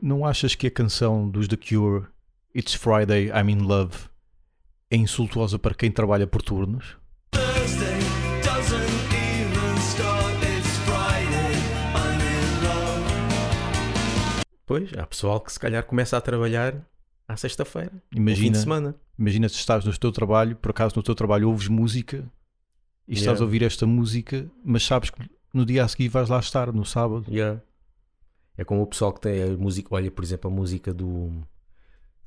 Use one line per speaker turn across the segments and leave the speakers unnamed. Não achas que a canção dos The Cure, It's Friday, I'm in Love, é insultuosa para quem trabalha por turnos?
Thursday doesn't even start. It's Friday. I'm in love.
Pois, há pessoal que se calhar começa a trabalhar à sexta-feira, no fim de
Imagina,
semana.
imagina se estás no teu trabalho, por acaso no teu trabalho ouves música e estás
Yeah.
a ouvir esta música, mas sabes que no dia a seguir vais lá estar, no sábado.
Yeah. É como o pessoal que tem a música, olha, por exemplo, a música do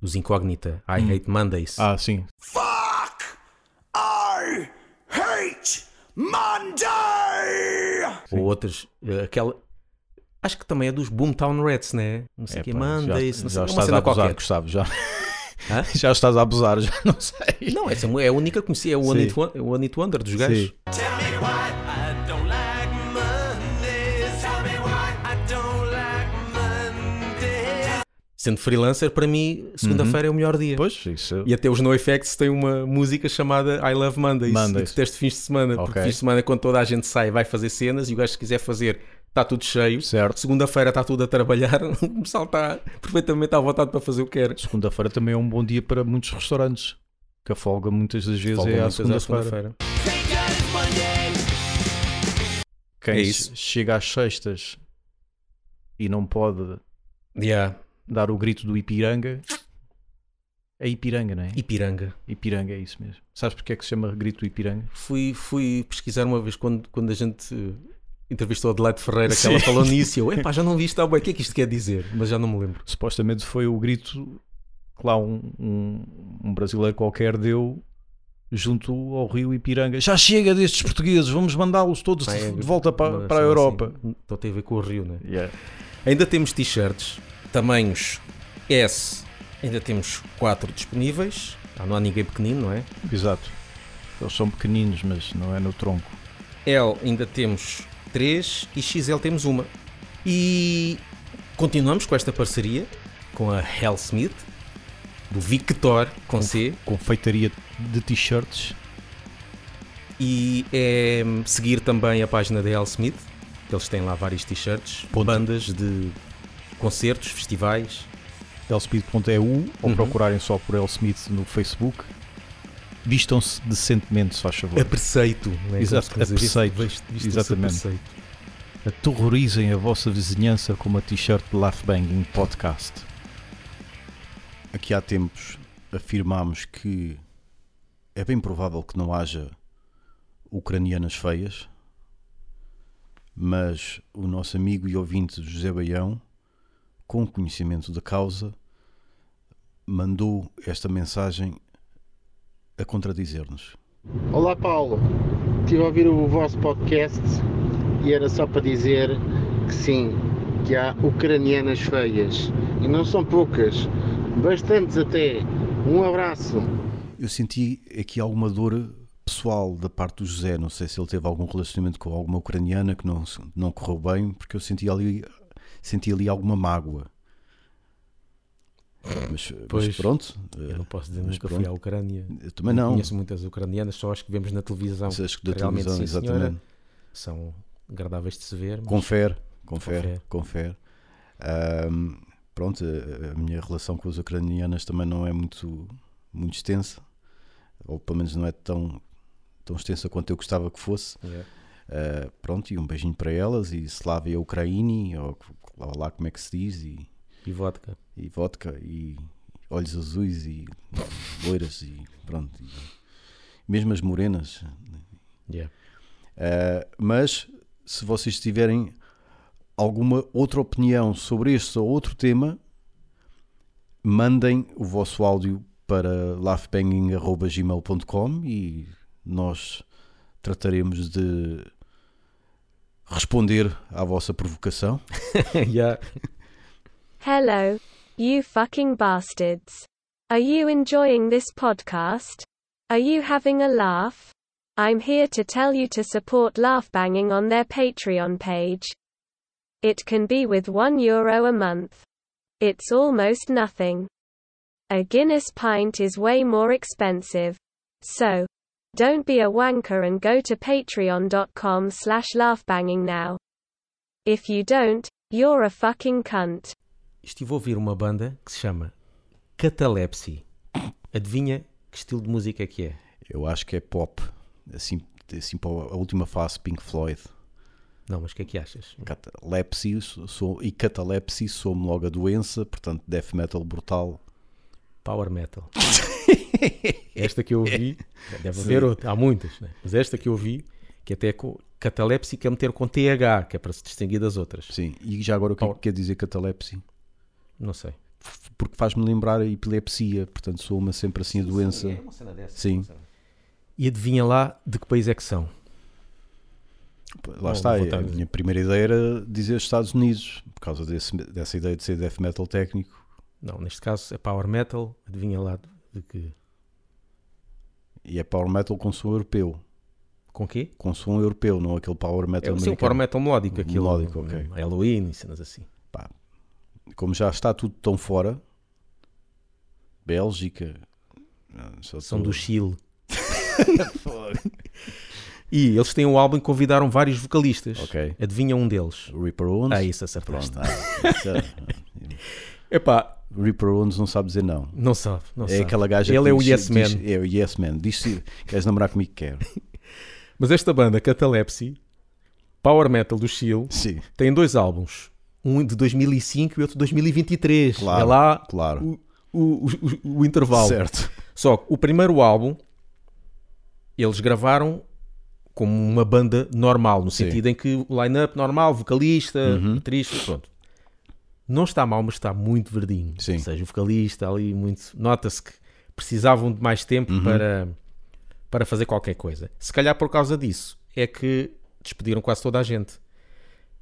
dos Incógnita, I Hate Mondays.
Ah, sim.
Fuck! I hate Monday.
Ou outras, eh, aquela Acho que também é dos Boomtown Rats, né? Não sei o que,
Epá,
Mondays,
É, já, já
não sei, é uma
estás a
cena
abusar,
qualquer.
Gustavo, já,
Hã?
já estás a abusar, já não sei.
Não, essa é a única que conhecia, é o One It Won- é o One It Wonder dos gajos.
Sim.
Tell me why I don't like Mondays. Tell me why I don't like Mondays.
Sendo freelancer, para mim, segunda-feira é o melhor dia.
Uhum. Pois, isso.
E até os No Effects têm uma música chamada I Love Mondays.
Mondays.
E detesto fins de semana. Porque
Ok.
fins de semana, quando toda a gente sai, vai fazer cenas e o gajo, se quiser fazer, está tudo cheio.
Certo.
Segunda-feira está tudo a trabalhar. O pessoal está perfeitamente à vontade para fazer o que quer.
Segunda-feira também é um bom dia para muitos restaurantes. Que a folga muitas das vezes é à segunda-feira.
Thank God it's Monday.
Quem
É
che-
isso.
chega às sextas e não pode
Yeah.
dar o grito do Ipiranga. É Ipiranga, não é?
Ipiranga.
Ipiranga é isso mesmo. Sabes porque é que se chama grito do Ipiranga?
Fui, fui pesquisar uma vez quando, quando a gente eh, entrevistou a Adelaide Ferreira, que
Sim.
ela falou nisso. E eu, epá, já não vi isto há bué. O que é que isto quer dizer? Mas já não me lembro.
Supostamente foi o grito que lá um, um- um brasileiro qualquer deu junto ao rio Ipiranga. Já chega destes portugueses, vamos mandá-los todos
Ah, é-
de volta para,
uma
para a
cena
Europa.
assim. Então tem a ver com o Rio, né?
Yeah.
Ainda temos t-shirts, tamanhos S, ainda temos 4 disponíveis. Ah, não há ninguém pequenino, não é?
Exato. Eles são pequeninos, mas não é no tronco.
L ainda temos 3 e XL temos uma. E continuamos com esta parceria com a Hell Smith, do Victor com C.
Confeitaria de t-shirts.
E é hum, seguir também a página da Hell Smith, que eles têm lá vários t-shirts, bandas de concertos, festivais.
lsmith.eu ou
Uhum.
procurarem só por L. Smith no Facebook. Vistam-se decentemente, se faz favor.
A preceito, não é?
Exato,
Como se
a
diz,
preceito.
veste- viste-se a
Exatamente.
preceito.
Aterrorizem a vossa vizinhança com uma t-shirt de Laugh Banging Podcast.
Aqui há tempos afirmámos que é bem provável que não haja ucranianas feias, mas o nosso amigo e ouvinte José Baião, com conhecimento da causa, mandou esta mensagem a contradizer-nos.
Olá Paulo, estive a ouvir o vosso podcast e era só para dizer que sim, que há ucranianas feias e não são poucas, bastantes até. Um abraço.
Eu senti aqui alguma dor pessoal da parte do José. Não sei se ele teve algum relacionamento com alguma ucraniana que não, se- não correu bem, porque eu senti ali, senti ali alguma mágoa. Mas, mas
Pois.
pronto,
Eu não posso dizer
mas
nunca fui
pronto.
à Ucrânia.
eu também não.
Conheço muitas ucranianas, só as que vemos na televisão.
Essas que da
Realmente, sim,
televisão,
senhora.
exatamente.
São agradáveis de se ver. mas-
Confere, confere, confere. Ahm, pronto, a, a minha relação com as ucranianas também não é muito, muito extensa, ou pelo menos não é tão, tão extensa quanto eu gostava que fosse.
Yeah.
Uh, pronto, e um beijinho para elas, e Slavia Ucraini, ou lá, lá como é que se diz, e,
E vodka.
e vodka, e olhos azuis, e loiras, e pronto. E, mesmo as morenas.
Yeah.
Uh, mas, se vocês tiverem alguma outra opinião sobre este ou outro tema, mandem o vosso áudio para laughbanging.gmail.com e nós trataremos de responder à vossa provocação.
Yeah.
Hello, you fucking bastards. Are you enjoying this podcast? Are you having a laugh? I'm here to tell you to support Laughbanging on their Patreon page. It can be with 1 euro a month. It's almost nothing. A Guinness pint is way more expensive. So, don't be a wanker and go to patreon.com slash laughbanging now. If you don't, you're a fucking cunt.
estive a ouvir uma banda que se chama Catalepsy. Adivinha que estilo de música que é?
Eu acho que é pop. Assim, assim para a última fase, Pink Floyd.
Não, mas o que é que achas?
Catalepsy so- so- e catalepsy some logo a doença, portanto, death metal brutal.
Power metal. esta que eu ouvi, deve haver outra, há muitas, né? mas esta que eu ouvi, que até é com catalepsy, que é meter com TH, que é para se distinguir das outras.
Sim, e já agora o que é que quer dizer catalepsy?
Não sei.
F- Porque faz-me lembrar a epilepsia, portanto, sou uma sempre assim a doença. Sim.
E adivinha lá de que país é que são?
Lá
Bom,
está, é
vou
a
estar-
minha primeira ideia era dizer Estados Unidos, por causa desse- dessa ideia de ser death metal técnico.
Não, neste caso é power metal, adivinha lá de que.
E é power metal com som europeu.
Com quê?
Com som um europeu, não aquele power
É o
metal americano.
seu power metal melódico, aquele
Melódico, ok.
Halloween e cenas assim.
Como já está tudo tão fora, Bélgica. não, só
São
tô-
do Chile. e eles têm um álbum que convidaram vários vocalistas.
Ok.
Adivinha um deles?
Reaper Owens.
Ah, isso acertaste.
Pronto. ah, isso era-
Epá,
Reaper Owens não sabe dizer não.
não sabe, não
É
sabe.
aquela gaja
Ele
que
é o
diz-
Yes Man.
diz- é o Yes Man. Diz se queres namorar comigo, quero.
Mas esta banda, Catalepsy, power metal do Chile,
Sim,
tem dois álbuns. Um de 2005 e outro de 2023.
Claro,
é lá
claro.
o, o- o- o intervalo.
Certo.
Só que o primeiro álbum eles gravaram como uma banda normal, no
Sim. Uhum.
sentido em que o line-up normal, vocalista, baterista, pronto. Não está mal, mas está muito verdinho.
Sim.
Ou seja, o vocalista ali muito. Nota-se que precisavam de mais tempo
Uhum.
para, para fazer qualquer coisa. Se calhar por causa disso é que despediram quase toda a gente.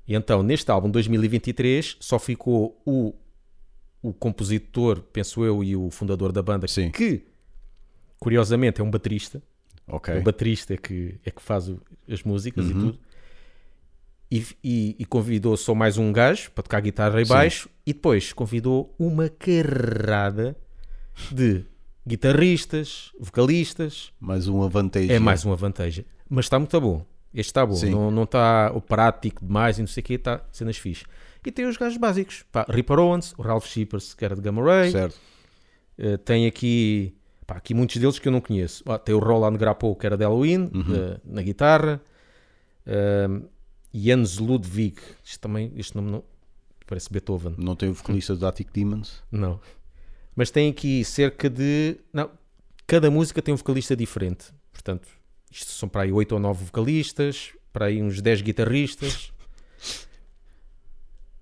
E então, neste álbum 2023, só ficou o, o compositor, penso eu, e o fundador da banda,
Sim.
que curiosamente é um baterista.
Ok.
O baterista é que, é que faz o- as músicas
Uhum.
e tudo. E, e- e convidou só mais um gajo para tocar guitarra e baixo. E depois convidou uma carrada de guitarristas, vocalistas.
Mais um avantage.
É mais uma vantagem. Mas está muito bom. Este está bom.
Sim.
Não, não está operático demais e não sei o quê. Está cenas fixe. E tem os gajos básicos. Pá, Ripper Owens, o Ralph Shippers, que era de Gamma Ray.
Certo.
Uh, tem aqui, pá, aqui muitos deles que eu não conheço. Ah, tem o Roland Grappo, que era de Halloween,
Uhum.
uh, na guitarra. Um, Jens Ludwig, isto também, este nome não. Parece Beethoven.
Não tem o vocalista do Attic Demons?
Não. Mas tem aqui cerca de. Não, cada música tem um vocalista diferente. Portanto, isto são para aí 8 ou 9 vocalistas, para aí uns 10 guitarristas.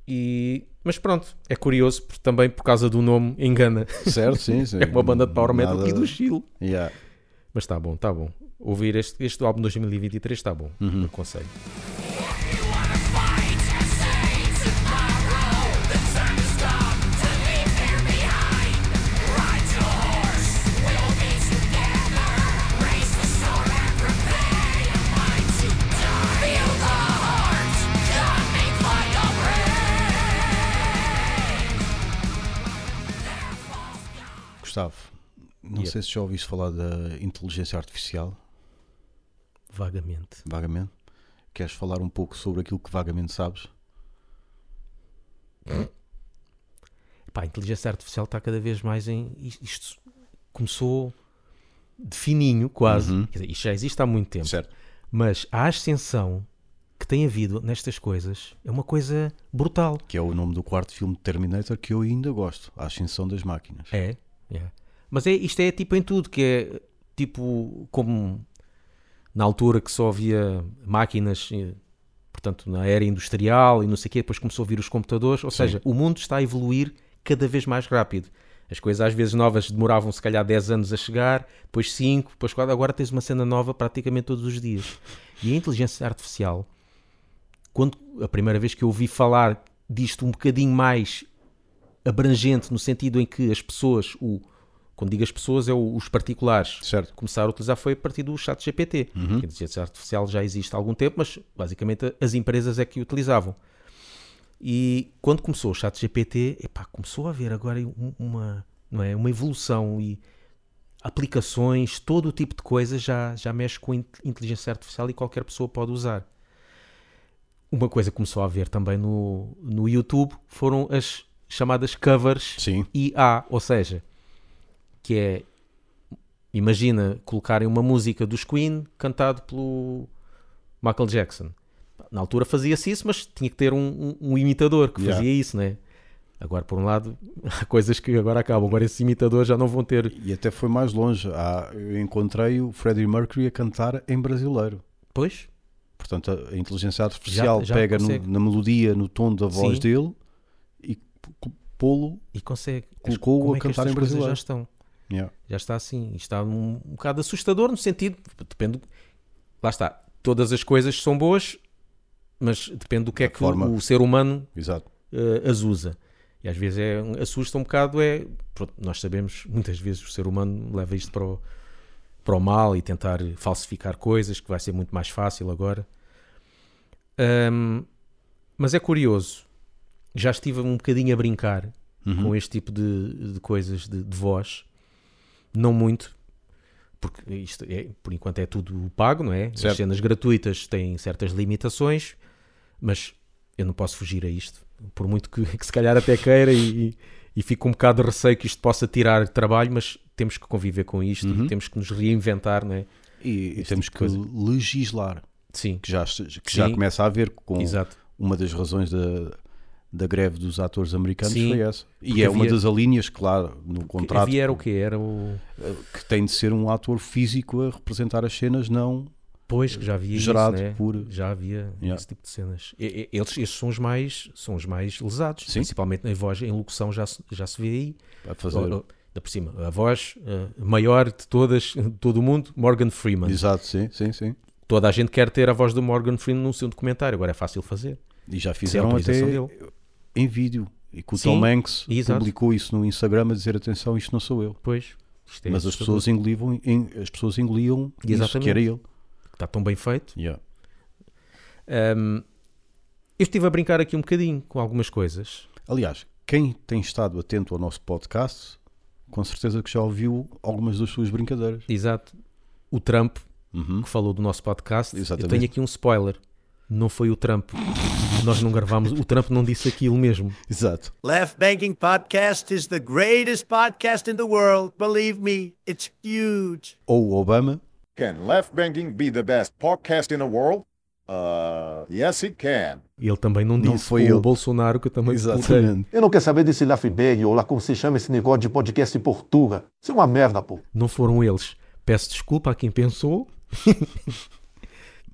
E, mas pronto, é curioso porque também por causa do nome engana.
Certo, sim. sim.
É uma banda de power metal
Nada-
aqui do Chile.
Yeah.
Mas está bom, está bom. Ouvir este, este álbum de 2023 está tá bom. Aconselho.
Gustavo, não
Yeah.
sei se já ouviste falar da inteligência artificial,
Vagamente.
vagamente. Queres falar um pouco sobre aquilo que vagamente sabes?
Pá, a inteligência artificial está cada vez mais em. is- Isto começou de fininho, quase. Quer dizer, isto já existe há muito tempo.
Certo.
Mas a ascensão que tem havido nestas coisas é uma coisa brutal.
Que é o nome do quarto filme de Terminator que eu ainda gosto, A Ascensão das Máquinas.
É. yeah. Mas é, isto é tipo em tudo, que é tipo como na altura que só havia máquinas, eh, portanto, na era industrial e não sei o quê, depois começou a vir os computadores, ou seja, o mundo está a evoluir cada vez mais rápido. As coisas às vezes novas demoravam se calhar 10 anos a chegar, depois 5, depois 4, agora tens uma cena nova praticamente todos os dias. E a inteligência artificial quando a primeira vez que eu ouvi falar disto um bocadinho mais abrangente, no sentido em que as pessoas, o, quando digo as pessoas, é o- os particulares,
Certo.
começaram a utilizar foi a partir do chat GPT. A inteligência artificial já existe há algum tempo, mas basicamente as empresas é que utilizavam. E quando começou o chat GPT, epá, começou a haver agora um- uma, não é, uma evolução e aplicações, todo o tipo de coisa já, já mexe com in- inteligência artificial e qualquer pessoa pode usar uma coisa que começou a haver também no, no YouTube foram as chamadas covers
Sim.
IA, ou seja, que é imagina colocarem uma música dos Queen cantado pelo Michael Jackson. Na altura fazia-se isso, mas tinha que ter um, um- um imitador que
Yeah.
fazia isso, né? Agora, por um lado, há coisas que agora acabam. Agora, esses imitadores já não vão ter.
E até foi mais longe. Há- eu encontrei o Freddie Mercury a cantar em brasileiro.
Pois,
Portanto, a, a inteligência artificial
já
pega no-
consegue.
na melodia, no tom da voz
Sim.
dele e co- pô-lo.
e consegue.
Colocou-o
Como
a
é que
cantar
estas
em
coisas Já
brasileiro.
estão.
Yeah.
já está assim. Isto Está um, um bocado assustador no sentido, depende, lá está, todas as coisas são boas, mas depende do que é
Da
que
forma.
o ser humano
Exato.
eh, as usa. E às vezes é, um- assusta um bocado, é, pronto, nós sabemos, muitas vezes o ser humano leva isto para o, para o mal e tentar falsificar coisas, que vai ser muito mais fácil agora. Ahm, mas é curioso, já estive um bocadinho a brincar com este tipo de, de coisas de, de voz, não muito, porque isto é, por enquanto é tudo pago, não é? As
Certo.
cenas gratuitas têm certas limitações, mas eu não posso fugir a isto, por muito que, que se calhar até queira e, e fico um bocado de receio que isto possa tirar trabalho, mas temos que conviver com isto,
Uhum.
temos que nos reinventar, não é?
E, e
Este
temos
tipo de
que
coisa.
legislar,
Sim,
que já, se- que já
Sim.
começa a haver com
exato.
uma das razões da, da greve dos atores americanos
Sim.
foi essa. E
Porque
é uma
havia-
das alíneas, claro, no um contrato
Havia era o quê? Era o...
que tem de ser um ator físico a representar as cenas, não
Pois, que já havia
Gerado
isso, né?
por-
Já havia
Yeah.
esse tipo de cenas. E- e- Eles, estes são os mais, são os mais lesados.
Sim.
Principalmente na voz, em locução já se, já se vê aí.
a fazer.
Oh, oh, ainda por cima, a voz eh, maior de todas, de todo o mundo, Morgan Freeman.
Exato, sim, sim, sim.
Toda a gente quer ter a voz do Morgan Freeman no seu documentário. Agora é fácil fazer.
E já fizeram
Sem
até
autorização
em vídeo. E que o
Sim,
Tom Hanks
exato.
publicou isso no Instagram a dizer atenção, isto não sou eu.
Pois. Isto é
Mas as
assustador.
pessoas engoliam, em- as pessoas engoliam isso
Exatamente.
que era ele.
Está tão bem feito.
Yeah.
Ahm, eu estive a brincar aqui um bocadinho com algumas coisas.
Aliás, quem tem estado atento ao nosso podcast, com certeza que já ouviu algumas das suas brincadeiras.
Exato. O Trump
Uhum.
que falou do nosso podcast, eu
Exatamente.
tenho aqui um spoiler. Não foi o Trump. Nós não gravámos. O Trump não disse aquilo mesmo.
Exato.
Left Banking Podcast is the greatest podcast in the world. Believe me, it's huge.
Ou o Obama,
Can left banking be the best podcast in the world? Uh, yes, it can.
Ele também não disse.
Não foi
o
ele.
Bolsonaro que eu também coloquei.
exatamente.
Eu não quero saber desse Lafberg ou lá como se chama esse negócio de podcast em Portugal. Isso é uma merda, pô.
Não foram eles. Peço desculpa a quem pensou.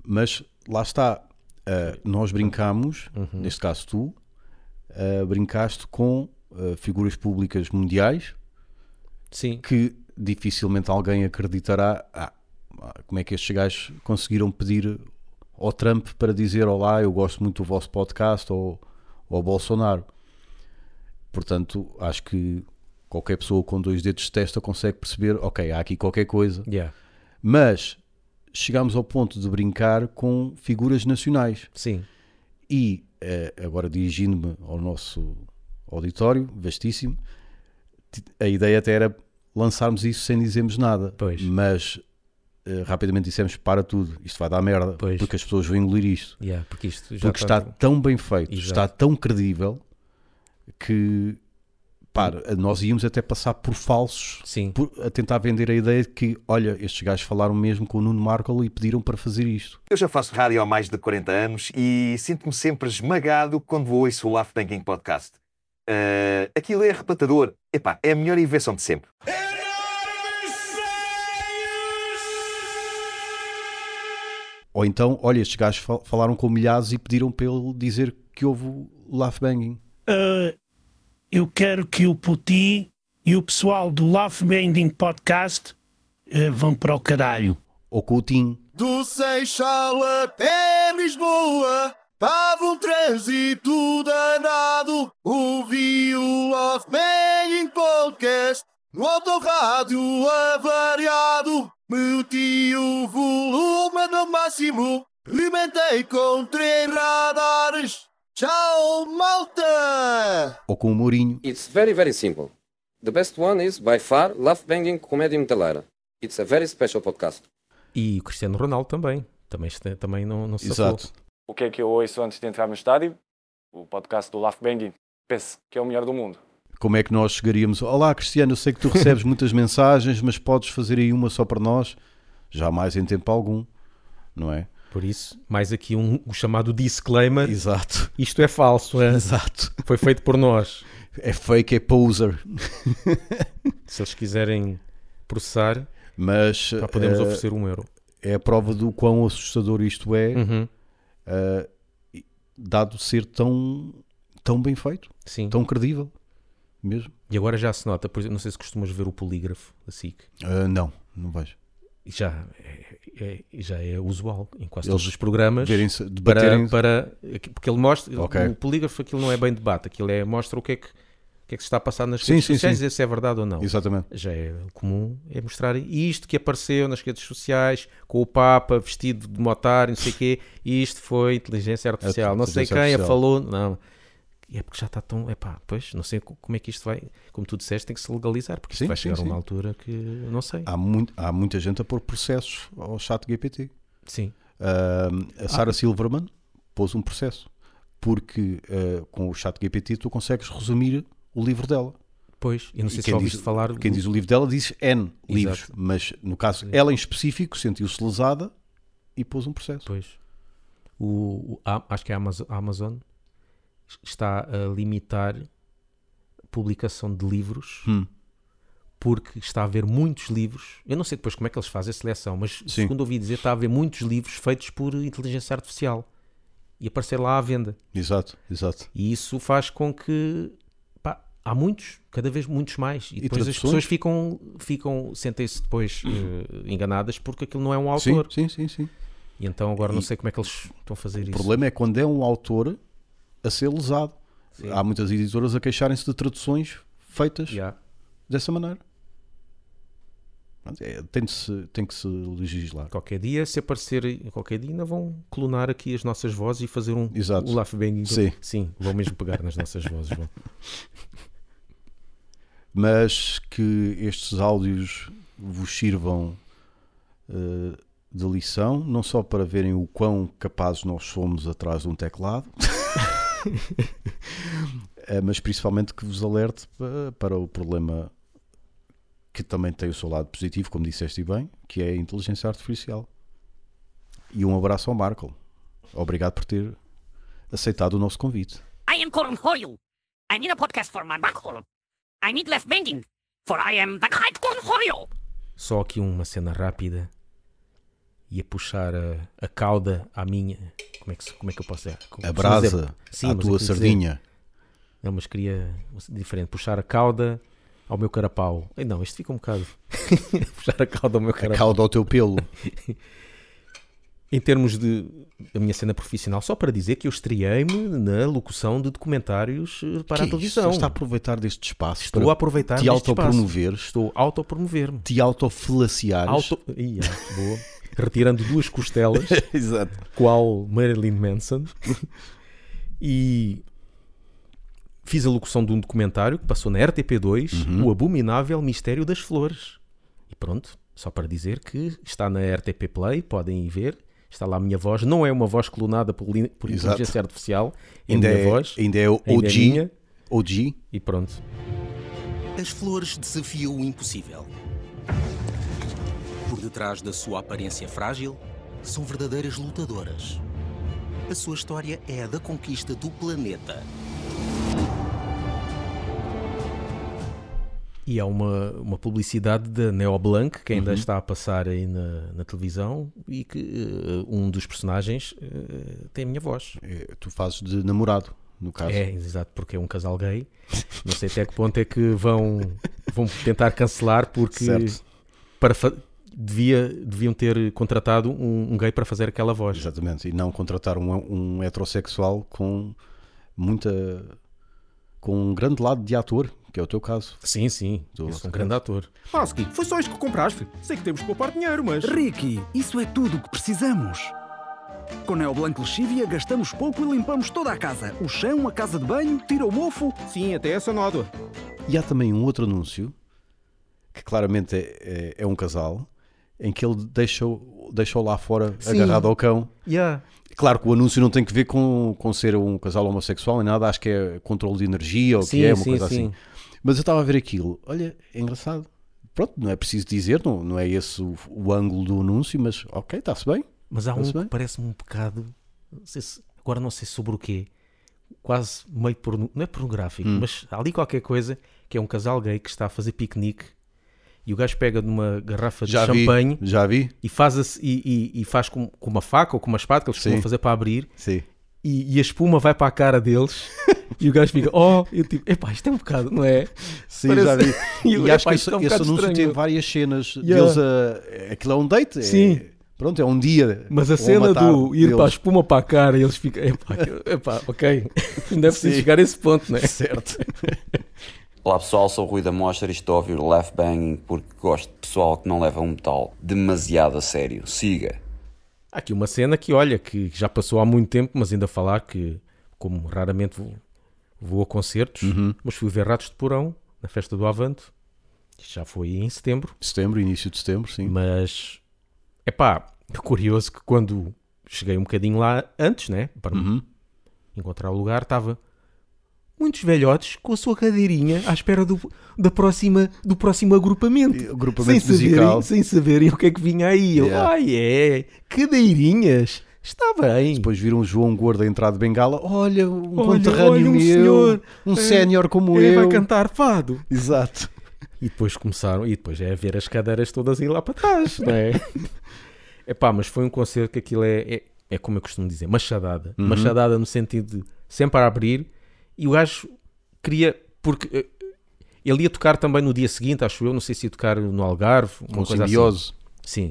Mas lá está, ah, nós brincamos, neste caso tu, ah, brincaste com ah, figuras públicas mundiais
Sim.
que dificilmente alguém acreditará "Ah, ah, como é que estes gajos conseguiram pedir ao Trump para dizer olá, eu gosto muito do vosso podcast ou ou ao Bolsonaro. Portanto, acho que qualquer pessoa com dois dedos de testa consegue perceber, ok, há aqui qualquer coisa.
Yeah.
Mas chegámos ao ponto de brincar com figuras nacionais.
Sim.
E eh, agora dirigindo-me ao nosso auditório, vastíssimo, ti- a ideia até era lançarmos isso sem dizermos nada.
Pois.
Mas eh, rapidamente dissemos: para tudo, isto vai dar merda,
Pois.
porque as pessoas vão engolir isto.
Yeah. Porque isto já tá
Porque está tão bem feito,
Exato.
está tão credível que. Para, nós íamos até passar por falsos
Sim.
por- a tentar vender a ideia de que, olha, estes gajos falaram mesmo com o Nuno Markle e pediram para fazer isto.
Eu já faço rádio há mais de 40 anos e sinto-me sempre esmagado quando ouço o Laugh Banking Podcast. Ah, aquilo é arrebatador. Epá, é a melhor invenção de sempre.
Ou então, olha, estes gajos fal- falaram com milhares e pediram para ele dizer que houve o laugh banging.
Uh, eu quero que o Putin e o pessoal do Love Bending Podcast uh, vão para o caralho.
Ou com o Tim.
Do Seixal até Lisboa, estava um trânsito danado. Ouvi o Love Banking Podcast no autorádio avariado. Meti o volume no máximo, rebentei com três radares. Tchau, malta!
Ou com o Mourinho.
It's very, very simple. The best one is by far Love Banging Comédia Metaleira. It's a very special podcast.
E o Cristiano Ronaldo também. Também, este- também não, não se safou.
Exato.
O que é que eu ouço antes de entrar no estádio? O podcast do Love Banging.
Pense que é o melhor do mundo.
Como é que nós chegaríamos? Olá, Cristiano, eu sei que tu recebes muitas mensagens, mas podes fazer aí uma só para nós? Jamais em tempo algum, não é?
Por isso, mais aqui um, o chamado disclaimer.
Exato.
Isto é falso, é?
Exato.
Foi feito por nós.
É fake, é poser.
Se eles quiserem processar,
mas
já podemos
eh,
oferecer um euro.
É a prova do quão assustador isto é,
Uhum.
eh, e- dado ser tão, tão bem feito,
Sim.
tão credível mesmo.
E agora já se nota, por exemplo, não sei se costumas ver o polígrafo da SIC.
Eh, não, não vejo.
E já é, é- já é usual em quase
Eles
todos os programas
verem-se-
para,
debaterem-se.
para porque ele mostra
Ok.
o polígrafo aquilo não é bem debate aquilo é mostra o que é que, o que é que se está a passar nas
Sim,
redes
sim,
sociais
sim.
dizer se é verdade ou não
Exatamente.
já é comum é mostrar isto que apareceu nas redes sociais com o Papa vestido de motar não sei o quê isto foi inteligência artificial não sei
Inteligência
quem
artificial.
falou não é porque já está tão é pá pois não sei co- como é que isto vai como tu disseste tem que se legalizar porque isto
Sim,
vai
sim,
chegar a
sim. Ah.
uma altura que eu não sei
Há, muito, há muita gente a pôr processos ao chat GPT.
Sim. Ah.
a Sarah Silverman pôs um processo porque ah, com o chat GPT tu consegues resumir o livro dela.
Pois, eu não sei se
quem
já ouviste
diz,
falar-
Quem diz o livro dela diz N livros,
Exato.
mas no caso ela em específico sentiu-se lesada e pôs um processo.
Pois. O, o- a- acho que é a Amazon, a Amazon está a limitar publicação de livros
Hum.
porque está a haver muitos livros. Eu não sei depois como é que eles fazem a seleção, mas
Sim.
segundo ouvi dizer, está a haver muitos livros feitos por inteligência artificial e aparecer lá à venda.
Exato, exato.
E isso faz com que pá, há muitos, cada vez muitos mais. E, depois as
traduções?
pessoas ficam, ficam sentem-se depois eh, enganadas porque aquilo não é um autor.
Sim, sim, sim.
E então agora não
E-
sei como é que eles estão a fazer
O
isso.
problema é quando é um autor a ser lesado. Há muitas editoras a queixarem-se de traduções feitas dessa maneira. Portanto, é, tem, de se, tem que se legislar.
Qualquer dia, se aparecer qualquer dia, ainda vão clonar aqui as nossas vozes e fazer um
Exato.
o Laf Bang.
Sim.
vão mesmo pegar nas nossas vozes. vão.
Mas que estes áudios vos sirvam eh, de lição, não só para verem o quão capazes nós somos atrás de um teclado, eh, mas principalmente que vos alerte pa- para o problema que também tem o seu lado positivo, como disseste bem, que é a inteligência artificial. E um abraço ao Marco. Obrigado por ter aceitado o nosso convite.
I am Colin Hoyle. I need a podcast for my back column. I need left bending, for I am the great Colin Hoyle.
Só aqui uma cena rápida. Ia puxar a, a cauda à minha. Como é que, se- como é que eu posso dizer? Como-
A brasa
costumo dizer-
à
mas é eu
tua
queria dizer-
sardinha.
Não, mas queria diferente. Puxar a cauda ao meu carapau. Ei, não, isto fica um bocado. puxar a cauda ao meu carapau.
cauda ao teu pelo.
em termos de da minha cena profissional, só para dizer que eu estreiei-me na locução de documentários eh, para
Que
a
é
televisão.
isto? Estás a aproveitar deste espaço.
Estou
para
a aproveitar
Te
deste
autopromover.
espaço. Estou a autopromover-me.
Te autofelaciares.
Auto... Ia, boa. Retirando duas costelas.
Exato.
Qual Marilyn Manson. e fiz a locução de um documentário que passou na RTP2,
Uhum.
O Abominável Mistério das Flores. E pronto, só para dizer que está na RTP Play, podem ir ver. Está lá a minha voz, não é uma voz clonada por, li- por
Exato.
inteligência artificial. É a
Ainda
minha
é-
voz.
ainda é o OG.
minha.
OG.
E pronto.
As flores desafiam o impossível. Por detrás da sua aparência frágil, são verdadeiras lutadoras. A sua história é a da conquista do planeta.
E há uma, uma publicidade da Neoblanc que ainda
Uhum.
está a passar aí na, na televisão e que eh, um dos personagens eh, tem a minha voz.
eh, tu fazes de namorado, no caso.
É, exato, porque é um casal gay. Não sei até que ponto é que vão, vão tentar cancelar porque
Certo.
para fa- devia, deviam ter contratado um, um gay para fazer aquela voz.
Exatamente. E não contratar um, um heterossexual com muita. com um grande lado de ator, que é o teu caso.
Sim, sim.
Eu
sou um grande ator.
Husky, foi só isto que compraste. Sei que temos que poupar dinheiro, mas. Ricky, isso é tudo o que precisamos. Com Neoblanc Lexívia gastamos pouco e limpamos toda a casa. O chão, a casa de banho, tira o mofo. Sim, até essa nódoa.
E há também um outro anúncio, que claramente é, é- é um casal,
em que ele deixou, deixou lá fora
Sim.
agarrado ao cão.
Yeah.
Claro que o anúncio não tem que ver com, com ser um casal homossexual nem nada, acho que é controle de energia ou o
Sim,
que é, uma
sim,
coisa
sim.
assim. Mas eu estava a ver aquilo, olha, é engraçado. Pronto, não é preciso dizer, não, não é esse o, o ângulo do anúncio, mas ok, está-se bem.
Mas há um
Está-se
que
bem.
parece-me um pecado, não sei se- agora não sei sobre o quê, quase meio porno, não é pornográfico,
Hum.
mas há ali qualquer coisa que é um casal gay que está a fazer piquenique e o gajo pega numa garrafa de
Já vi,
champanhe
já vi.
e faz, assim- e, e- e faz com, com uma faca ou com uma espada que eles costumam
Sim.
fazer para abrir
Sim.
e, e a espuma vai para a cara deles e o gajo fica, oh, eu tipo, epá, isto é um bocado, não é?
Sim,
Parece-
já vi. E,
eu,
acho
"Epá,
que
isto
esse,
é um
esse
bocado
anúncio tem
estranho."
várias cenas.
Yeah.
Deles a, aquilo é um date. é-
Sim.
pronto, é um dia.
Mas
ou
a
uma
cena do
tarde
ir para a
deles.
espuma para a cara e eles ficam. Epá, que- epá ok. Ainda é preciso
Sim.
chegar a esse ponto, não é?
Certo.
Olá pessoal, sou o Rui da Mostra e estou a ouvir o Laugh Banging porque gosto de pessoal que não leva um metal demasiado a sério. Siga!
Há aqui uma cena que, olha, que já passou há muito tempo, mas ainda a falar que, como raramente vou, vou a concertos, mas fui ver Ratos de Porão na festa do Avante. Isto já foi em setembro.
Setembro, início de setembro, sim.
Mas, epá, é curioso que quando cheguei um bocadinho lá antes, né? Para encontrar o lugar, estava muitos velhotes com a sua cadeirinha à espera do, da próxima, do próximo agrupamento.
agrupamento
sem saberem-
musical.
sem saberem o que é que vinha aí. Eu,
Yeah.
Ai é, cadeirinhas. Está bem.
Depois viram o João Gordo a entrar de bengala. Olha, um
Olha,
conterrâneo
olha, um
meu,
senhor,
um
é,
sénior como
é,
eu.
vai cantar fado.
Exato.
E depois começaram, e depois é ver as cadeiras todas ir lá para trás, não é? Epá, mas foi um concerto que aquilo é, é, é como eu costumo dizer, machadada.
Uhum.
Machadada no sentido de sempre a abrir. E o gajo queria, porque eh, ele ia tocar também no dia seguinte, acho eu, não sei se ia tocar no Algarve, uma
Com
coisa
simbiose.
assim. Sim.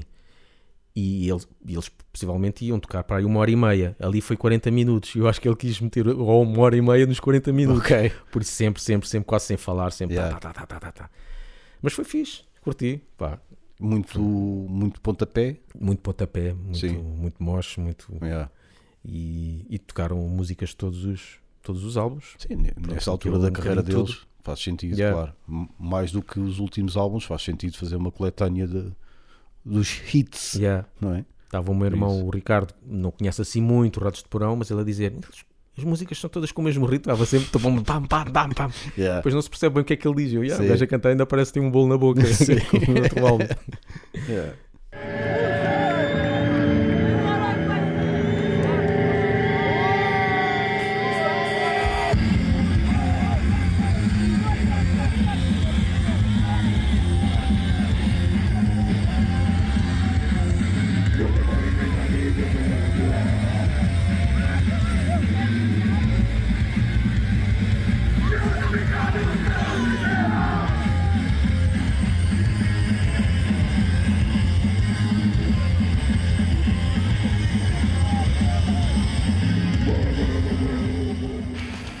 E eles, e eles possivelmente iam tocar para aí uma hora e meia. Ali foi 40 minutos. Eu acho que ele quis meter ou uma hora e meia nos 40 minutos.
Ok.
Por isso sempre, sempre, sempre, quase sem falar, sempre. tá, tá, tá, tá, tá, tá. Mas foi fixe, curti. Pá.
Muito, muito pontapé.
Muito pontapé, muito,
Sim.
muito moche, muito.
Yeah.
E, e tocaram músicas de todos os, todos os álbuns.
Sim, ne-
Pronto,
Nessa altura
aquilo
da
um
carreira
bocadinho
deles
tudo.
faz sentido,
Yeah.
claro. M- Mais do que os últimos álbuns, faz sentido fazer uma coletânea de, dos hits.
Yeah.
Não é?
Estava o meu
Por
irmão,
isso.
o Ricardo, não conhece assim muito o Ratos de Porão, mas ele a dizer: "Eles- as músicas são todas com o mesmo ritmo, estava sempre pam, pam, pam, pam, pam.
Yeah.
Depois não se percebe bem o que é que ele diz. Eu, "Yeah,
Sim.
o gajo a cantar ainda parece que tem um bolo na boca.
Sim.
Como no outro álbum.
Yeah.